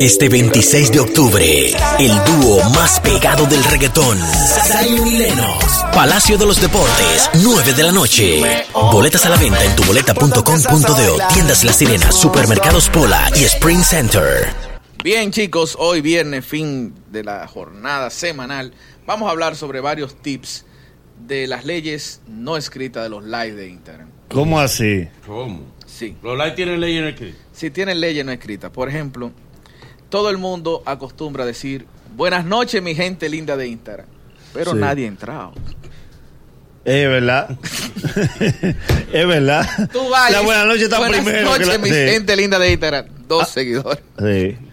Este 26 de octubre, el dúo más pegado del reggaetón, Zion y Lennox, Palacio de los Deportes, 9 de la noche. Boletas a la venta en tuboleta.com.de, tiendas La Sirena, supermercados Pola y Spring Center. Bien chicos, hoy viernes, fin de la jornada semanal, vamos a hablar sobre varios tips de las leyes no escritas de los live de Instagram. ¿Cómo así? ¿Cómo? Sí, ¿Los likes tienen ley en el que? si tienen leyes no escritas, por ejemplo, todo el mundo acostumbra a decir, buenas noches mi gente linda de Instagram, pero Sí. nadie ha entrado. Es verdad. es verdad. Tú vas La y- buena noche está buenas primero. Ah. que noches, la- mi gente linda de Instagram. Dos seguidores. Sí. Sí.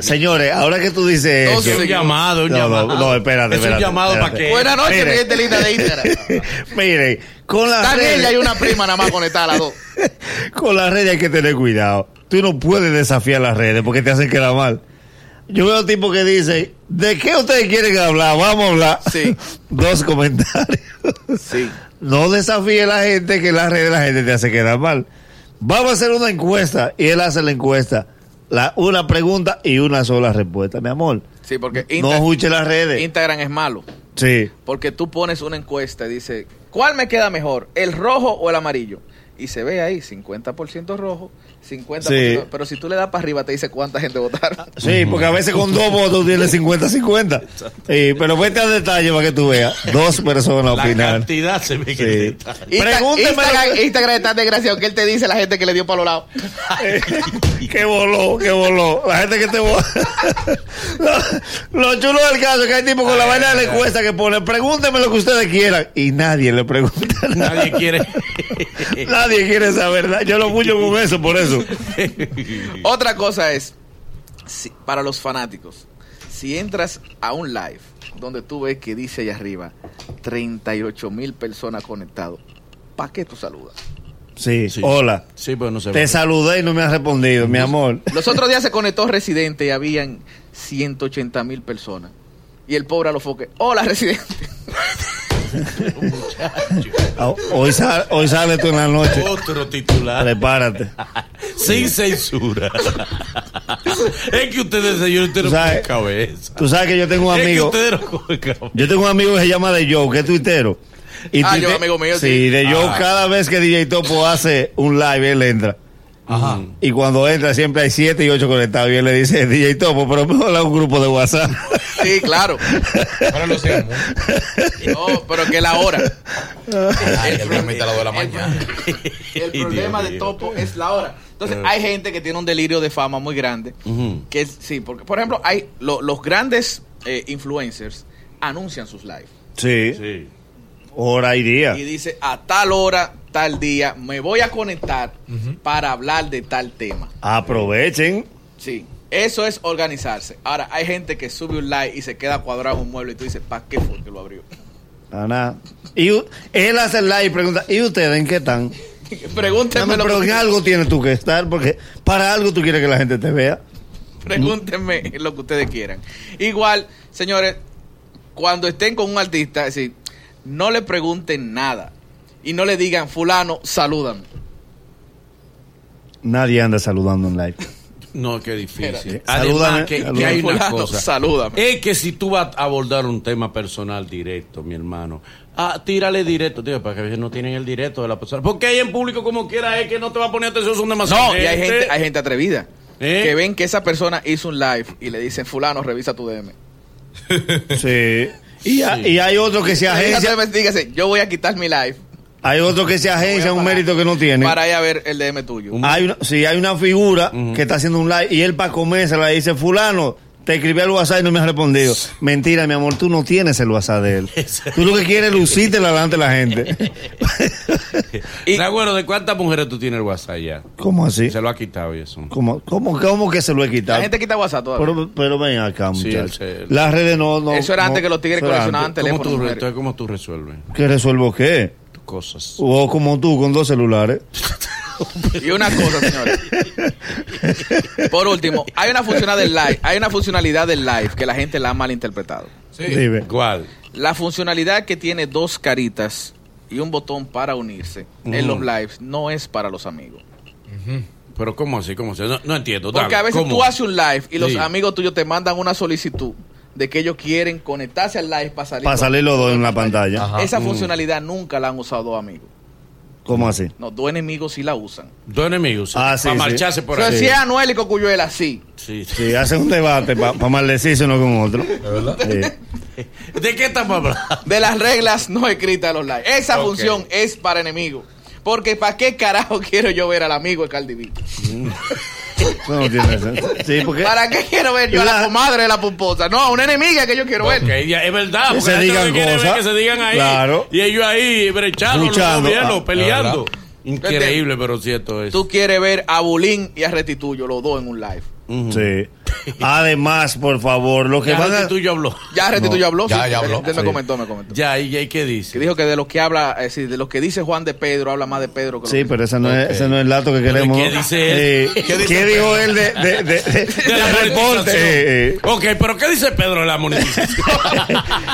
Señores, ahora que tú dices No eso. sé, Un llamado, un No, no, llamado. no, espérate, Es un espérate, llamado para espérate. que. Buenas noches, mire. mi gente linda de Instagram. Miren, con las Daniel, redes, ya hay una prima nada más conectada a las dos. con las redes hay que tener cuidado. Tú no puedes desafiar las redes porque te hacen quedar mal. Yo veo tipos que dicen, ¿de qué ustedes quieren hablar? Vamos a hablar. Sí. Dos comentarios. Sí. No desafíe a la gente que las redes de la gente te hace quedar mal. Vamos a hacer una encuesta y él hace la encuesta. La, una pregunta y una sola respuesta, mi amor. Sí, porque no Insta- escuche las redes. Instagram es malo. sí. Porque tú pones una encuesta y dice, ¿cuál me queda mejor? ¿El rojo o el amarillo? Y se ve ahí 50% rojo, 50%. Sí. Ah, Pero si tú le das para arriba te dice cuánta gente votaron. Sí, porque a veces con dos votos tienes 50-50. Sí, pero vete a detalle para que tú veas. Dos personas La opinan. cantidad se ve Sí. que. Insta- Pregúnteme lo Instagram, que- Instagram está desgraciado que él te dice la gente que le dio para los lados. que voló, que voló. La gente que te voló. lo, lo chulo del caso es que hay tipos con la vaina de la encuesta que ponen, pregúnteme lo que ustedes quieran. Y nadie le pregunta nada. Nadie quiere. Nadie quiere saber nada. Yo lo mucho con eso, por eso. Otra cosa es, si- para los fanáticos, si entras a un live donde tú ves que dice allá arriba 38 mil personas conectados, ¿para qué tú saludas? Sí, Sí. hola. Sí, pero no se Te ve. saludé y no me has respondido, mi amor. Los otros días se conectó Residente y habían 180 mil personas. Y el pobre a los foques, hola Residente. Ah, Hoy, sal- hoy sale tú en la noche. Otro titular. Prepárate. Sin censura. es que ustedes, señores, ustedes Tú no sabes- cogen cabeza. Tú sabes que yo tengo un amigo. Es que ustedes no cogen cabeza. Yo tengo un amigo que se llama De Joe, que es tuitero. Y Ah, tuite- Joe, amigo mío, Sí, sí. De Joe, Ah. cada vez que DJ Topo hace un live, él entra. Ajá. Y cuando entra, siempre hay siete y ocho conectados. Y él le dice, DJ Topo, pero mejor a un grupo de WhatsApp. Sí, claro. Ahora lo hacemos. No, pero que la hora. Ay, el día mete a las 2 de la mañana. El Dios problema de mío. Topo es la hora. Entonces, hay gente que tiene un delirio de fama muy grande. Ujú. Que es- sí, porque, por ejemplo, hay lo- los grandes eh, influencers anuncian sus lives. Sí, Sí. hora y día. Y dice, a tal hora, tal día, me voy a conectar para hablar de tal tema. Aprovechen. Sí, eso es organizarse. Ahora, hay gente que sube un like y se queda cuadrado en un mueble y tú dices, ¿para qué fue que lo abrió? Ah, nada. Y u- él hace el live y pregunta, ¿y ustedes en qué están? Pregúntenme Dame, lo pero que- en algo tienes tú que estar, porque para algo tú quieres que la gente te vea. Pregúntenme lo que ustedes quieran. Igual, señores, cuando estén con un artista, es decir, no le pregunten nada y no le digan, fulano, salúdame. Nadie anda saludando en live. No, qué difícil. Espérate. Salúdame, Además, que, que hay una Fulano, cosa. salúdame. Es que si tú vas a abordar un tema personal directo, mi hermano, ah, tírale directo, tío, para que a veces no tienen el directo de la persona. Porque ahí en público, como quiera, es que no te va a poner atención, son demasiados. No, y hay gente, hay gente atrevida ¿Eh? que ven que esa persona hizo un live y le dicen, fulano, revisa tu DM. Sí. Y, ha- Sí. y hay otros que se agencian, Dígase, dígase, yo voy a quitar mi live hay otros que se agencian un parar. mérito que no tienen. para ir a ver el DM tuyo. Hay una, sí, hay una figura Ujú. que está haciendo un live y él para comérsela le dice, fulano, te escribí al WhatsApp y no me has respondido. Mentira, mi amor, tú no tienes el WhatsApp de él. Tú lo que quieres es lucirte delante de la gente. Y- ¿Te acuerdas de cuántas mujeres tú tienes el WhatsApp ya? ¿Cómo así? Se lo ha quitado y eso. ¿Cómo, cómo, cómo que se lo he quitado? La gente quita WhatsApp todavía. Pero, pero ven acá, Sí, muchachos. el- el- Las redes no, no- Eso era no- antes que los tigres eso era coleccionaban antes. ¿Cómo teléfono, tú, mujer. entonces, ¿Cómo tú resuelves ¿Que resuelvo qué? tus cosas? O como tú, con dos celulares. Y una cosa, señores. Por último, hay una funcionalidad del live, hay una funcionalidad del live que la gente la ha malinterpretado. Sí. Dime. ¿Cuál? La funcionalidad que tiene dos caritas y un botón para unirse en los Ujú. lives no es para los amigos. Pero ¿cómo así? ¿Cómo así? No, no entiendo. Porque dale, a veces ¿cómo? tú haces un live y los Sí. amigos tuyos te mandan una solicitud de que ellos quieren conectarse al live para salir. Para salir los dos en la pantalla. Ajá. Esa funcionalidad nunca la han usado dos amigos. ¿Cómo así? No, dos enemigos sí la usan. Dos enemigos. Ah, sí, Para sí. marcharse por Pero ahí. si es Anuel y Cocuyuela, sí. Sí, sí. Sí, hacen un debate para maldecirse uno con otro. verdad? Sí. ¿De qué estamos hablando? De las reglas no escritas a los live. Esa Ok. función es para enemigos. Porque ¿para qué carajo quiero yo ver al amigo de Cardi B? Eso no tiene sentido. Sí, porque ¿Para qué quiero ver yo a la La- comadre de la pomposa? No, a una enemiga que yo quiero ver. Ok, ya, es verdad. Que porque se la gente lo digan quiere ver cosas. que se digan ahí. Claro. Y ellos ahí brechando, Luchando. luchando, Ah, peleando. la Increíble, pero cierto es. Tú quieres ver a Bulín y a Restituyo, los dos en un live. Ujú. Sí. Además, por favor, lo que Ya van Rocky, a... tú y yo habló. Ya Restituyo habló. ya, sí. ya habló. Él me Sí. comentó, me comentó. Ya, ¿y y qué dice? Que dijo que de lo que habla, es decir, de lo que dice Juan de Pedro, habla más de Pedro que lo Sí, que- pero ese no, es, ese no es el dato que queremos. ¿qué dice él? Sí. ¿Qué ¿Qué, dice dijo él de, de, de, de- De la del reporte? Eh, eh. Ok, pero ¿qué dice Pedro de la monetización?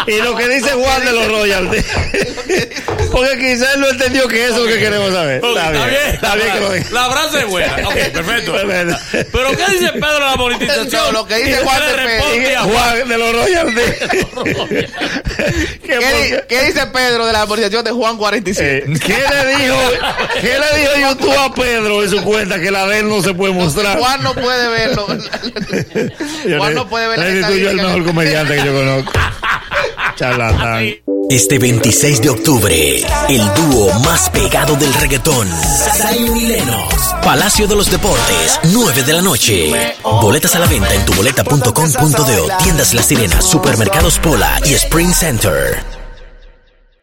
Y lo que dice Juan de los royalties. Porque quizás él no entendió que eso es lo que queremos saber. Ok, Está bien. Está bien que lo diga. La frase es buena. Ok, perfecto. Perfecto. Pero ¿qué dice Pedro de la monetización? No, lo que dice Juan ¿Qué de le Pedro. responde a Juan? Juan de los royalties. Que ¿Qué, di- porque- qué dice Pedro de la autorización de Juan 47? eh, ¿Qué le dijo? ¿Qué le dijo YouTube a Pedro en su cuenta que la de él no se puede mostrar? Juan no puede verlo. Yo Juan le- no puede ver la le destituyo al estadística. mejor comediante que yo conozco. Charlatán. Este 26 de octubre, el dúo más pegado del reggaetón. Zion y Lennox. Palacio de los Deportes, 9 de la noche. Boletas a la venta en tuboleta.com.de, tiendas La Sirena, supermercados Pola y Spring Center.